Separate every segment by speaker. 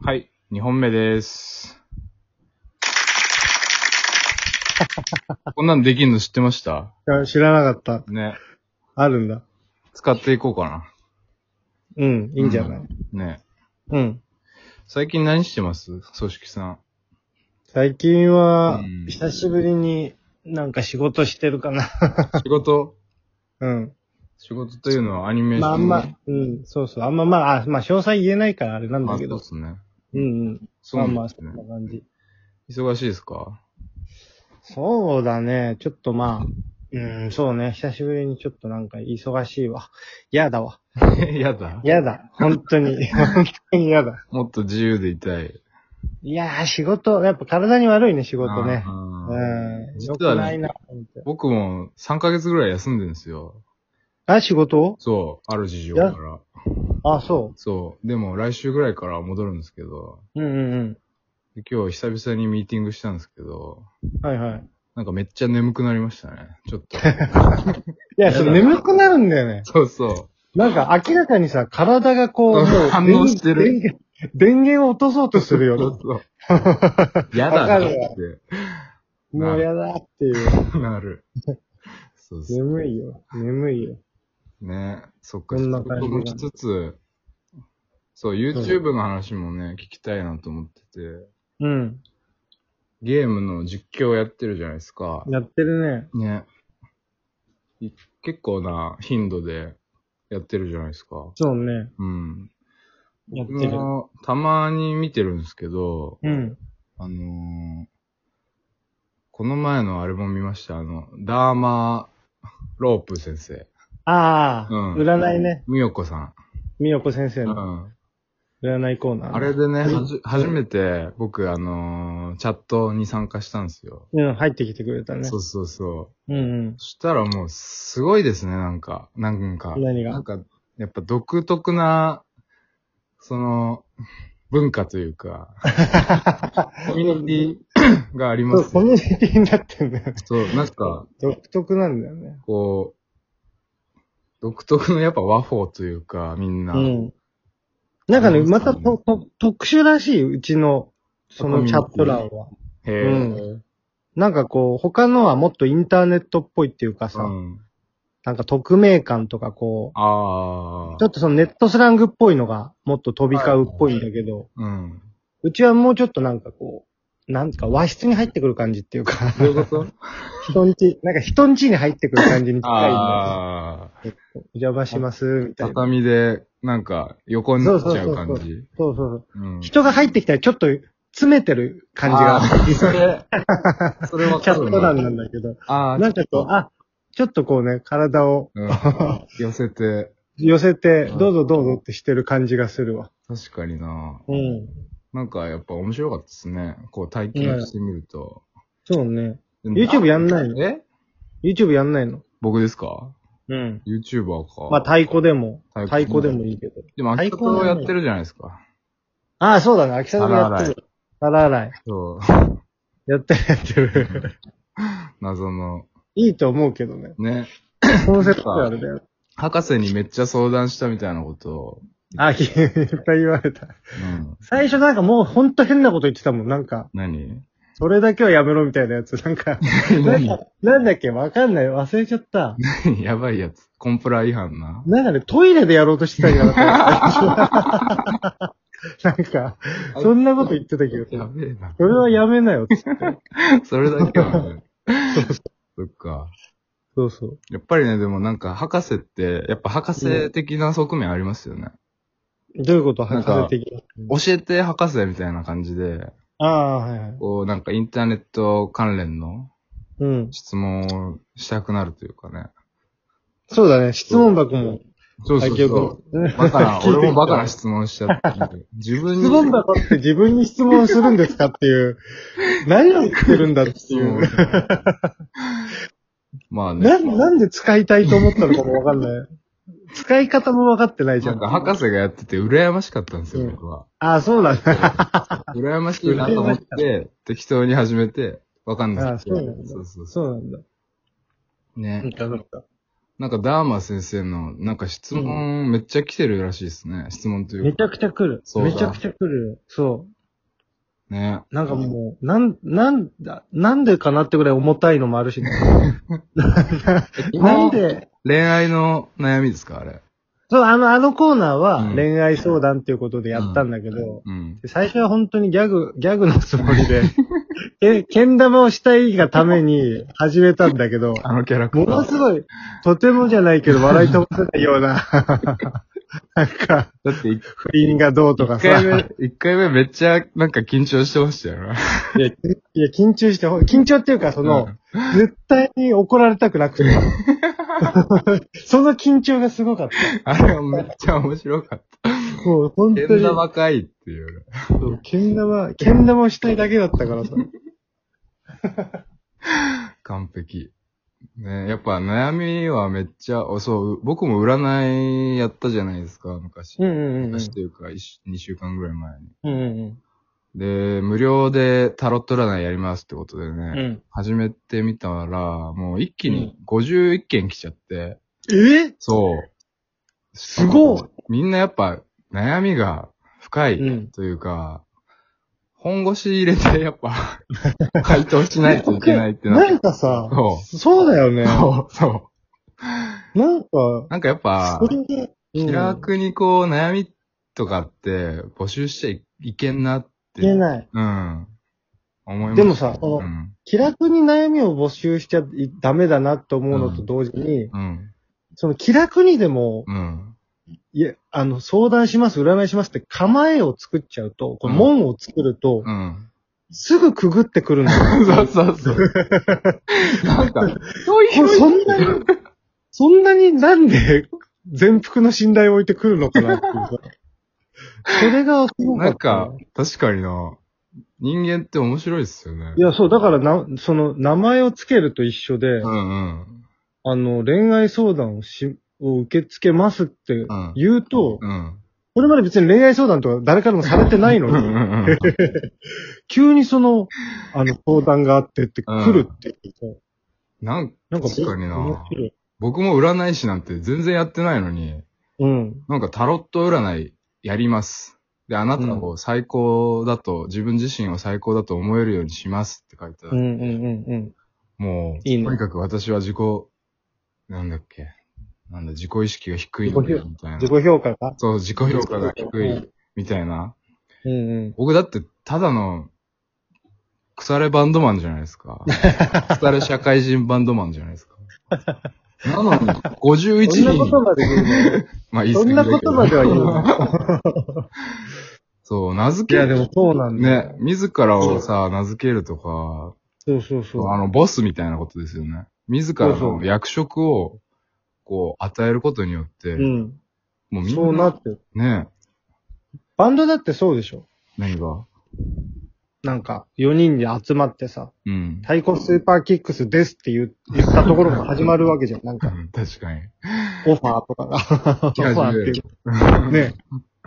Speaker 1: はい、2本目 です。こんなのできんの知ってました
Speaker 2: いや知らなかった。
Speaker 1: ね。
Speaker 2: あるんだ。
Speaker 1: 使っていこうかな。
Speaker 2: うん、いいんじゃない、
Speaker 1: ね。
Speaker 2: うん、
Speaker 1: 最近何してます組織さん。
Speaker 2: 最近は
Speaker 1: うん、
Speaker 2: 久しぶりになんか仕事してるかな。
Speaker 1: 仕事
Speaker 2: うん。
Speaker 1: 仕事というのはアニメーシ
Speaker 2: まあ
Speaker 1: ョ
Speaker 2: あん
Speaker 1: ン。
Speaker 2: ま、うん、そうそう。あんままあ、あまあ詳細言えないからあれなん
Speaker 1: あ
Speaker 2: だ
Speaker 1: そ
Speaker 2: け
Speaker 1: う
Speaker 2: ど
Speaker 1: で。すね。
Speaker 2: うんうん。
Speaker 1: そ
Speaker 2: まあ
Speaker 1: う
Speaker 2: ま
Speaker 1: なん
Speaker 2: あ、
Speaker 1: で
Speaker 2: そ
Speaker 1: す
Speaker 2: ん
Speaker 1: ね
Speaker 2: な。感じ。
Speaker 1: 忙しいです か
Speaker 2: そうだね。ちょっとまあ、うん、そうね。久しぶりにちょっとなんか忙しいわ。嫌だわ。
Speaker 1: やだ。
Speaker 2: 嫌だ。本 当に。本当に嫌だ。
Speaker 1: もっと自由でいたい。
Speaker 2: いやー、仕事、やっぱ体に悪いね、仕事ね。
Speaker 1: あー
Speaker 2: うん。
Speaker 1: 実
Speaker 2: 良
Speaker 1: はね
Speaker 2: くないな。本当に
Speaker 1: 僕も3ヶ月ぐらい休んでるんですよ。
Speaker 2: あ、仕事
Speaker 1: そう、ある事情から。
Speaker 2: あ、そ
Speaker 1: そう。でも来週ぐらいから戻るんですけど、
Speaker 2: う。うんうん
Speaker 1: で今日久々にミーティングしたんですけど、
Speaker 2: うん。はいはい。
Speaker 1: なんかめっちゃ眠くなりましたね。ちょっと。
Speaker 2: いや、それ眠くなるんだよね。
Speaker 1: そうそ
Speaker 2: なんか明らかにさ、体がこう、
Speaker 1: うん
Speaker 2: もう
Speaker 1: 反応してる
Speaker 2: 電源、電源を落とそうとする
Speaker 1: う。
Speaker 2: よ
Speaker 1: そう
Speaker 2: ね。
Speaker 1: そう。 やだ
Speaker 2: わか
Speaker 1: なっ
Speaker 2: るわ
Speaker 1: て
Speaker 2: もうやだっていう。
Speaker 1: なる。そうそう。
Speaker 2: 眠いよ。眠いよ。
Speaker 1: ね。そっか。
Speaker 2: こん
Speaker 1: 仕
Speaker 2: な
Speaker 1: 事
Speaker 2: 感じだ
Speaker 1: もしつつ、そう、YouTube の話もね、聞きたいなと思ってて、
Speaker 2: うん。
Speaker 1: ゲームの実況やってるじゃないですか。
Speaker 2: やってるね。
Speaker 1: ね。い結構な頻度でやってるじゃないですか。
Speaker 2: そうね。
Speaker 1: うん。
Speaker 2: やって
Speaker 1: 僕
Speaker 2: る。
Speaker 1: もたまに見てるんですけど、
Speaker 2: うん。
Speaker 1: あのーこの前のあれも見ました、あの、ダーマーロープ先生。
Speaker 2: ああ、
Speaker 1: うん
Speaker 2: 占いね。
Speaker 1: みよこさん。
Speaker 2: みよこ先生
Speaker 1: う
Speaker 2: の
Speaker 1: ん。
Speaker 2: 占いコーナー。
Speaker 1: あれでね、
Speaker 2: うん
Speaker 1: はじ、初めて僕、あのーチャットに参加したんですよ。
Speaker 2: うん、入ってきてくれたね
Speaker 1: そ。うそうそう。
Speaker 2: うんうん。
Speaker 1: そしたらもう、すごいですね、なんか。なんか。
Speaker 2: 何
Speaker 1: な
Speaker 2: が
Speaker 1: んか、やっぱ独特な、その、文化という か、コミュニティがあり
Speaker 2: そ
Speaker 1: ま
Speaker 2: う、
Speaker 1: す
Speaker 2: コ
Speaker 1: ね。
Speaker 2: ミュニティになってんだよね。
Speaker 1: そう、なんか、
Speaker 2: 独特なんだよね。
Speaker 1: こう、独特のやっぱ和法というか、みんな。
Speaker 2: うん。なんか
Speaker 1: あ
Speaker 2: ね、
Speaker 1: りま
Speaker 2: ます
Speaker 1: よ
Speaker 2: た
Speaker 1: ね
Speaker 2: と、と、特殊らしい、うちの、そ
Speaker 1: コ
Speaker 2: の
Speaker 1: ミ
Speaker 2: チ
Speaker 1: ュ
Speaker 2: ャ
Speaker 1: ニティ
Speaker 2: ット欄は。
Speaker 1: へえ、
Speaker 2: なんかこう、他のはもっとインターネットっぽいっていうかさ、
Speaker 1: うん。
Speaker 2: なんか匿名感とかこ
Speaker 1: あ
Speaker 2: う、ちょ
Speaker 1: あ。
Speaker 2: っとそのネットスラングっぽいのがもっと飛び交うっぽいんだけど、
Speaker 1: うん。
Speaker 2: うちはもうちょっとなんかこう、なんか和室に入ってくる感じってい うか、
Speaker 1: どういうこと
Speaker 2: 人んち、なんか人んちに入ってくる感じに近いんだ
Speaker 1: ああ。
Speaker 2: よお邪魔します、みたいな。
Speaker 1: 畳で、なんか、横になっちゃう感
Speaker 2: そうそうそ
Speaker 1: じ。
Speaker 2: そうそう
Speaker 1: うん
Speaker 2: そう。人が入ってきたらちょっと詰めてる感じがあ
Speaker 1: あ
Speaker 2: る。
Speaker 1: ーそれ、それわ
Speaker 2: チ
Speaker 1: か
Speaker 2: ャッ
Speaker 1: る
Speaker 2: ト欄
Speaker 1: な。
Speaker 2: なんだけど。
Speaker 1: ああ、
Speaker 2: なんかこう、あ、ちょっとこうね、体を
Speaker 1: うん、寄せて、
Speaker 2: 寄せて、
Speaker 1: うん
Speaker 2: どうぞどうぞってしてる感じがするわ。
Speaker 1: 確かにな。
Speaker 2: うん。
Speaker 1: なんかやっぱ面白かったですね。こう体験してみると。
Speaker 2: そうね。
Speaker 1: で
Speaker 2: YouTube やんないの
Speaker 1: え
Speaker 2: YouTube やんないの
Speaker 1: 僕ですか
Speaker 2: うん。
Speaker 1: ?YouTuber か。
Speaker 2: まあ、太鼓でも、
Speaker 1: 太
Speaker 2: 太
Speaker 1: 鼓
Speaker 2: 鼓
Speaker 1: で
Speaker 2: で
Speaker 1: も
Speaker 2: もいいけど。
Speaker 1: でも、秋田をやってるじゃないですか。
Speaker 2: ああ、そうだね。秋田さんやってる。皿洗い。
Speaker 1: そう。
Speaker 2: やってるやってる。
Speaker 1: 謎の。
Speaker 2: いいと思うけどね。
Speaker 1: ね。
Speaker 2: コンセプトあれだよ。
Speaker 1: 博士にめっちゃ相談したみたいなことを。
Speaker 2: あ、いっぱい言われた。
Speaker 1: うん。
Speaker 2: 最初なんかもうほんと変なこと言ってたもん。なんか、
Speaker 1: 何
Speaker 2: それだけはやめろみたいなやつ。なん か、なん
Speaker 1: 何
Speaker 2: かなんだっけわかんない。忘れちゃった。
Speaker 1: やばいやつ。コンプラ違反な。
Speaker 2: なんかね、トイレでやろうとしてたんじゃなかった。なんか、そんなこと言ってたけど
Speaker 1: や
Speaker 2: さ、
Speaker 1: べえ な。
Speaker 2: それはやめなよっつって。
Speaker 1: それだけはね。そっか。
Speaker 2: そうそう。
Speaker 1: やっぱりね、でもなんか、博士って、やっぱ博士的な側面ありますよね。
Speaker 2: どういうこと
Speaker 1: なん
Speaker 2: 博
Speaker 1: か
Speaker 2: 士的に。
Speaker 1: 教えて博士みたいな感じで、
Speaker 2: ああ、はいはい。
Speaker 1: こう、なんかインターネット関連の
Speaker 2: うん。
Speaker 1: 質問をしたくなるというかね。
Speaker 2: そうだね、質問箱も。
Speaker 1: そうそうそう。
Speaker 2: 結局
Speaker 1: バカな、
Speaker 2: 聞いてきた
Speaker 1: 俺もバカな質問しちゃって。自分に。
Speaker 2: 質問箱って自分に質問するんですかっていう。何を言ってるんだっていう。
Speaker 1: まあね。
Speaker 2: な、なんで使いたいと思ったのかもわかんない。使い方もわかってないじ
Speaker 1: な
Speaker 2: ゃ
Speaker 1: ん
Speaker 2: ん。
Speaker 1: か博士がやってて羨ましかったんですよ、
Speaker 2: うん
Speaker 1: 僕は。
Speaker 2: ああ、そうだね。
Speaker 1: 羨ましいなと思って、適当に始めて、わかんないですけど
Speaker 2: あそうなんだ
Speaker 1: そうそうそ
Speaker 2: そうなんだ。
Speaker 1: う。ね。
Speaker 2: か、そっか。
Speaker 1: なんかダーマ先生の、なんか質問めっちゃ来てるらしいですね。質問とい
Speaker 2: め
Speaker 1: う
Speaker 2: ち
Speaker 1: か。
Speaker 2: ゃくちゃ来る。
Speaker 1: そうだ
Speaker 2: めちゃくちゃ来る。そ
Speaker 1: ね。
Speaker 2: う。なんかもう、なん、なんだ、なんでかなってぐらい重たいのもあるしね。 なんで、
Speaker 1: 恋愛の悩みですかあれ。
Speaker 2: そう、あの、あのコーナー
Speaker 1: う
Speaker 2: は
Speaker 1: ん
Speaker 2: 恋愛相談っていうことでやったんだけど、
Speaker 1: うん。
Speaker 2: で最初は本当にギャグ、ギャグのつもりで、 え、けん玉をしたいがために始めたんだけど、
Speaker 1: あのキャラク
Speaker 2: も
Speaker 1: タ
Speaker 2: の
Speaker 1: ー。
Speaker 2: すごい、とてもじゃないけど笑い飛ばせないような、 なんか、
Speaker 1: だって一
Speaker 2: 不倫がどうとかさ。
Speaker 1: 回目、一回目めっちゃなんか緊張してましたよな。
Speaker 2: いや、きいや緊張して、ほ緊張っていうか、その、絶対に怒られたくなく て。その緊張がすごかっ。
Speaker 1: あれはめっちゃ面白かった
Speaker 2: もう、本
Speaker 1: た。
Speaker 2: 当
Speaker 1: け
Speaker 2: に。
Speaker 1: ん玉かいっていう。
Speaker 2: そうけん玉、けん玉をしたいだけだったからさ。
Speaker 1: 完璧。ねやっぱ悩みはめっちゃ、おそう、僕も占いやったじゃないですか、昔。
Speaker 2: うんうんうん。
Speaker 1: 昔というか、一2週間ぐらい前に。
Speaker 2: うんうん
Speaker 1: で、無料でタロット占いやりますってことでね、
Speaker 2: うん。うん
Speaker 1: 始めてみたら、もう一気に51件来ちゃって、
Speaker 2: え
Speaker 1: そう。す
Speaker 2: ごい
Speaker 1: みんなやっぱ悩みが深
Speaker 2: うん
Speaker 1: いというか、本腰入れてやっぱ 回答しないといけないってなっ
Speaker 2: な
Speaker 1: て。
Speaker 2: んかさ、
Speaker 1: そ
Speaker 2: そうだよね
Speaker 1: う。。そう。そう。
Speaker 2: なんか、
Speaker 1: なんかやっぱ
Speaker 2: そ、れで、うん
Speaker 1: 気楽にこう悩みとかって募集しちゃいいけんなって。
Speaker 2: 言えない。
Speaker 1: うん。思います。
Speaker 2: でもさ、
Speaker 1: う
Speaker 2: その
Speaker 1: ん。
Speaker 2: 気楽に悩みを募集しちゃダメだなと思うのと同時に、
Speaker 1: うん。
Speaker 2: その気楽にでも、
Speaker 1: うん。
Speaker 2: いや、あの、相談します、占いしますって構えを作っちゃうと、この門を作ると、
Speaker 1: うん。
Speaker 2: すぐくぐってくるんだよ。
Speaker 1: そうそう そう。なんか、そう
Speaker 2: これそんなに、そんなになんで全幅の信頼を置いてくるのかなっていう さ。それがすごか
Speaker 1: なん
Speaker 2: ったね、
Speaker 1: か、確かにな。人間って面白いっすよね。
Speaker 2: いや、そう、だからな、その、名前をつけると一緒で、
Speaker 1: うんうん。
Speaker 2: あの、恋愛相談をし、を受け付けますって
Speaker 1: ん
Speaker 2: 言うと、
Speaker 1: うん。
Speaker 2: これまで別に恋愛相談とか誰からもされてないの
Speaker 1: うんう
Speaker 2: に、
Speaker 1: んうん。
Speaker 2: 急にその、あの、相談があってって来るっていうと、
Speaker 1: なん
Speaker 2: なんか、
Speaker 1: 確かにな
Speaker 2: 面白い
Speaker 1: 僕も占い師なんて全然やってないのに、
Speaker 2: うん。
Speaker 1: なんかタロット占いやります。で、あなたを最高だと、自分自身を最高だと思えるようにしますって書いてあ
Speaker 2: う
Speaker 1: る。
Speaker 2: んうんうんうん。
Speaker 1: もう
Speaker 2: いいね
Speaker 1: とにかく私は自己、なんだっけ。なんだ、自己意識が低いんだ
Speaker 2: 自己評
Speaker 1: みたいな。
Speaker 2: 自己評価が
Speaker 1: そう、自己評価が低
Speaker 2: う
Speaker 1: いみたいな。
Speaker 2: うんうん。
Speaker 1: 僕だって、ただの、腐れバンドマンじゃないです か。腐れ社会人バンドマンじゃないですか。なのに、51
Speaker 2: そんなこと
Speaker 1: 人。
Speaker 2: まで言うの
Speaker 1: まあ、いい
Speaker 2: そんなことまでは言う
Speaker 1: う。
Speaker 2: の
Speaker 1: そう、名付
Speaker 2: い
Speaker 1: け
Speaker 2: や、
Speaker 1: る。
Speaker 2: でもそうなんだよ。
Speaker 1: ね、自らをさ、名付けるとか、
Speaker 2: そうそうそう。
Speaker 1: あの、ボスみたいなことですよね。自ら
Speaker 2: そう
Speaker 1: の
Speaker 2: そう
Speaker 1: 役職を、こう、与えることによって、
Speaker 2: うん。
Speaker 1: もうみ
Speaker 2: そうんな
Speaker 1: な、
Speaker 2: ってる。
Speaker 1: ね、
Speaker 2: バンドだってそうでしょ
Speaker 1: 何が
Speaker 2: なんか、4人で集まってさ、
Speaker 1: うん。
Speaker 2: 太鼓スーパーキックスですって言う言ったところが始まるわけじゃん。なん
Speaker 1: う
Speaker 2: か、
Speaker 1: ん確かに。
Speaker 2: オファーとかが。オ
Speaker 1: き始
Speaker 2: フ
Speaker 1: め
Speaker 2: ァーって
Speaker 1: る
Speaker 2: いうね。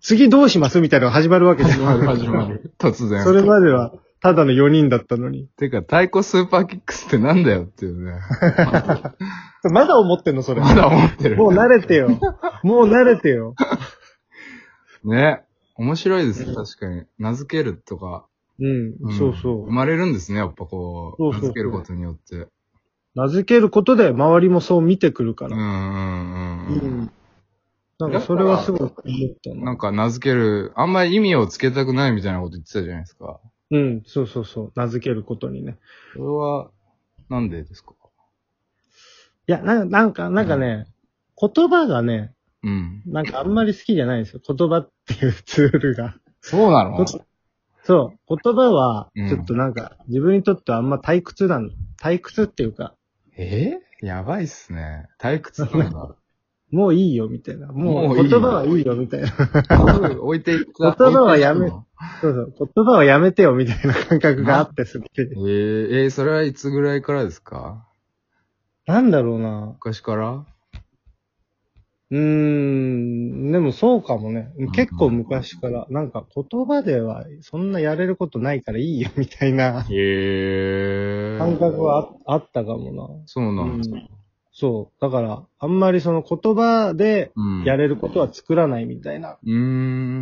Speaker 2: 次どうしますみたいなのが始まるわけじ ゃ
Speaker 1: 始
Speaker 2: ん。
Speaker 1: まる、始まる。突然。
Speaker 2: それまでは、ただの4人だったのに。
Speaker 1: てか、太鼓スーパーキックスってなんだよっていうね。
Speaker 2: まだ思ってんのそれ。
Speaker 1: まだ思ってる。
Speaker 2: もう慣 れてよ。もう慣れてよ。
Speaker 1: ね。面白いですね、確かに。名付けるとか。
Speaker 2: うん、
Speaker 1: ん
Speaker 2: そう
Speaker 1: 生
Speaker 2: そう。
Speaker 1: まれるんですね、やっぱこう。
Speaker 2: そうそうそ
Speaker 1: 名
Speaker 2: う
Speaker 1: 付けることによって。
Speaker 2: 名付けることで周りもそう見てくるか
Speaker 1: うんう
Speaker 2: ら。
Speaker 1: ん
Speaker 2: う
Speaker 1: うんうん。
Speaker 2: ん。なんかそれはすごく思った
Speaker 1: な
Speaker 2: な。
Speaker 1: んか名付ける、あんまり意味をつけたくないみたいなこと言ってたじゃないですか。
Speaker 2: うん、そうそうそう。名付けることにね。
Speaker 1: それは、なんでですか
Speaker 2: いや、ななんか、なんかね、言葉がね、
Speaker 1: うん。
Speaker 2: なんかあんまり好きじゃないんですよ。言葉っていうツールが。
Speaker 1: そうなの
Speaker 2: そう。言葉は
Speaker 1: うん、
Speaker 2: ちょっとなんか、自分にとってはあんま退屈なの。退屈っていうか、
Speaker 1: えやばいっすね。退屈なんだ。
Speaker 2: もういいよ、みたいな。も
Speaker 1: も
Speaker 2: う
Speaker 1: ういい
Speaker 2: 言
Speaker 1: よ
Speaker 2: 葉はいいよ、みたいな。
Speaker 1: 置いていっ
Speaker 2: 言
Speaker 1: た。
Speaker 2: 葉はや
Speaker 1: 置
Speaker 2: め
Speaker 1: いていった
Speaker 2: そうそう。言葉はやめてよ、みたいな感覚があってすごい。
Speaker 1: の。えー、えー、それはいつぐらいからですか
Speaker 2: なんだろうな。
Speaker 1: 昔から
Speaker 2: うーん、でもそうかもね。結構昔から、なんか言葉ではそんなやれることないからいいよ、みたいな
Speaker 1: へえ
Speaker 2: 感覚はああったかも
Speaker 1: そうな
Speaker 2: な。
Speaker 1: ん
Speaker 2: うん
Speaker 1: です、
Speaker 2: そう。だから、あんまりその言葉で
Speaker 1: うん。
Speaker 2: やれることは作らないみたいな
Speaker 1: うー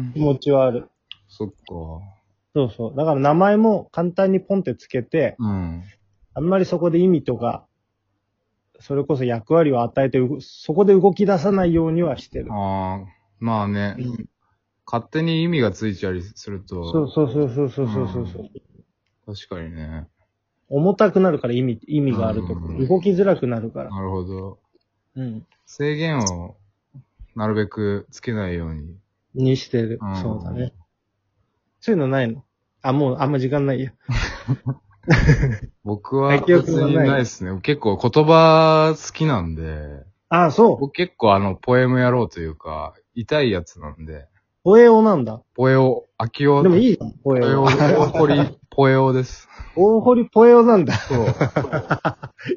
Speaker 1: ん
Speaker 2: 気。持ちはある。
Speaker 1: そっか。
Speaker 2: そうそう。だから名前も簡単にポンってつけて、
Speaker 1: うん。
Speaker 2: あんまりそこで意味とか、それこそ役割を与えて、うそこで動き出さないようにはしてる。
Speaker 1: ああ、まあね、
Speaker 2: うん
Speaker 1: 勝手に意味がついちゃりすると、
Speaker 2: そうそうそうそうそうそうそうそう。
Speaker 1: 確かにね。
Speaker 2: 重たくなるから意味、意味があると
Speaker 1: う
Speaker 2: か、
Speaker 1: ん
Speaker 2: 動きづらくなるから。
Speaker 1: なるほど。
Speaker 2: うん。
Speaker 1: 制限をなるべくつけないように。
Speaker 2: にしてる
Speaker 1: うん。
Speaker 2: そうだね。そういうのないのあ、もうあんま時間ないや。
Speaker 1: 僕は
Speaker 2: 記
Speaker 1: 別
Speaker 2: 憶がない
Speaker 1: にないですね。結構言葉好きなんで、
Speaker 2: あ、そう。
Speaker 1: 僕結構あの、ポエムやろうというか、痛いやつなんで、
Speaker 2: ポエオなんだ。
Speaker 1: ポエオ、秋オ、
Speaker 2: でもいいじゃん、ポエ
Speaker 1: ポエオ、
Speaker 2: オ。
Speaker 1: 大 堀、ポエオです。
Speaker 2: 大堀ポエオなんだ。
Speaker 1: そう。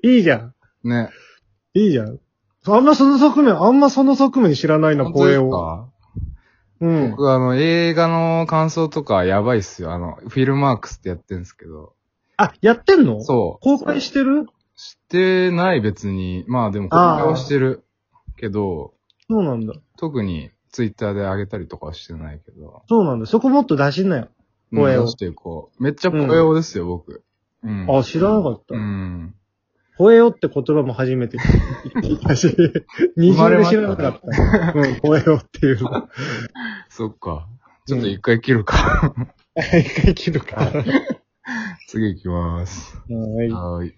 Speaker 2: いいじゃん。
Speaker 1: ね。
Speaker 2: いいじゃん。あんまその側面、あんまその側面知らないな、
Speaker 1: 本当
Speaker 2: ポ
Speaker 1: で
Speaker 2: エ
Speaker 1: す
Speaker 2: オ。
Speaker 1: か
Speaker 2: うん。
Speaker 1: 僕あの、映画の感想とかやばいっすよ。あの、フィルマークスってやってんですけど。
Speaker 2: あ、やってんのう。
Speaker 1: そう。
Speaker 2: 公開してる
Speaker 1: してない別に。まあでも、公
Speaker 2: あー
Speaker 1: 表してるけど、
Speaker 2: そうなんだ。
Speaker 1: 特にツイッターで上げたりとかはしてないけど。
Speaker 2: そうなんだ。そこもっと出しなよ。ポエオ
Speaker 1: うん出していこう。めっちゃポエオですよ、僕。うん。
Speaker 2: あ、知らなかった。
Speaker 1: うん。
Speaker 2: ポエオって言葉も初めて聞 いたし、二重で知らなかった。うん、ポエオってい うの。
Speaker 1: そっか。ちょっと一回切るか。
Speaker 2: 一回切るか。は
Speaker 1: 次行きます。
Speaker 2: い。
Speaker 1: はーい。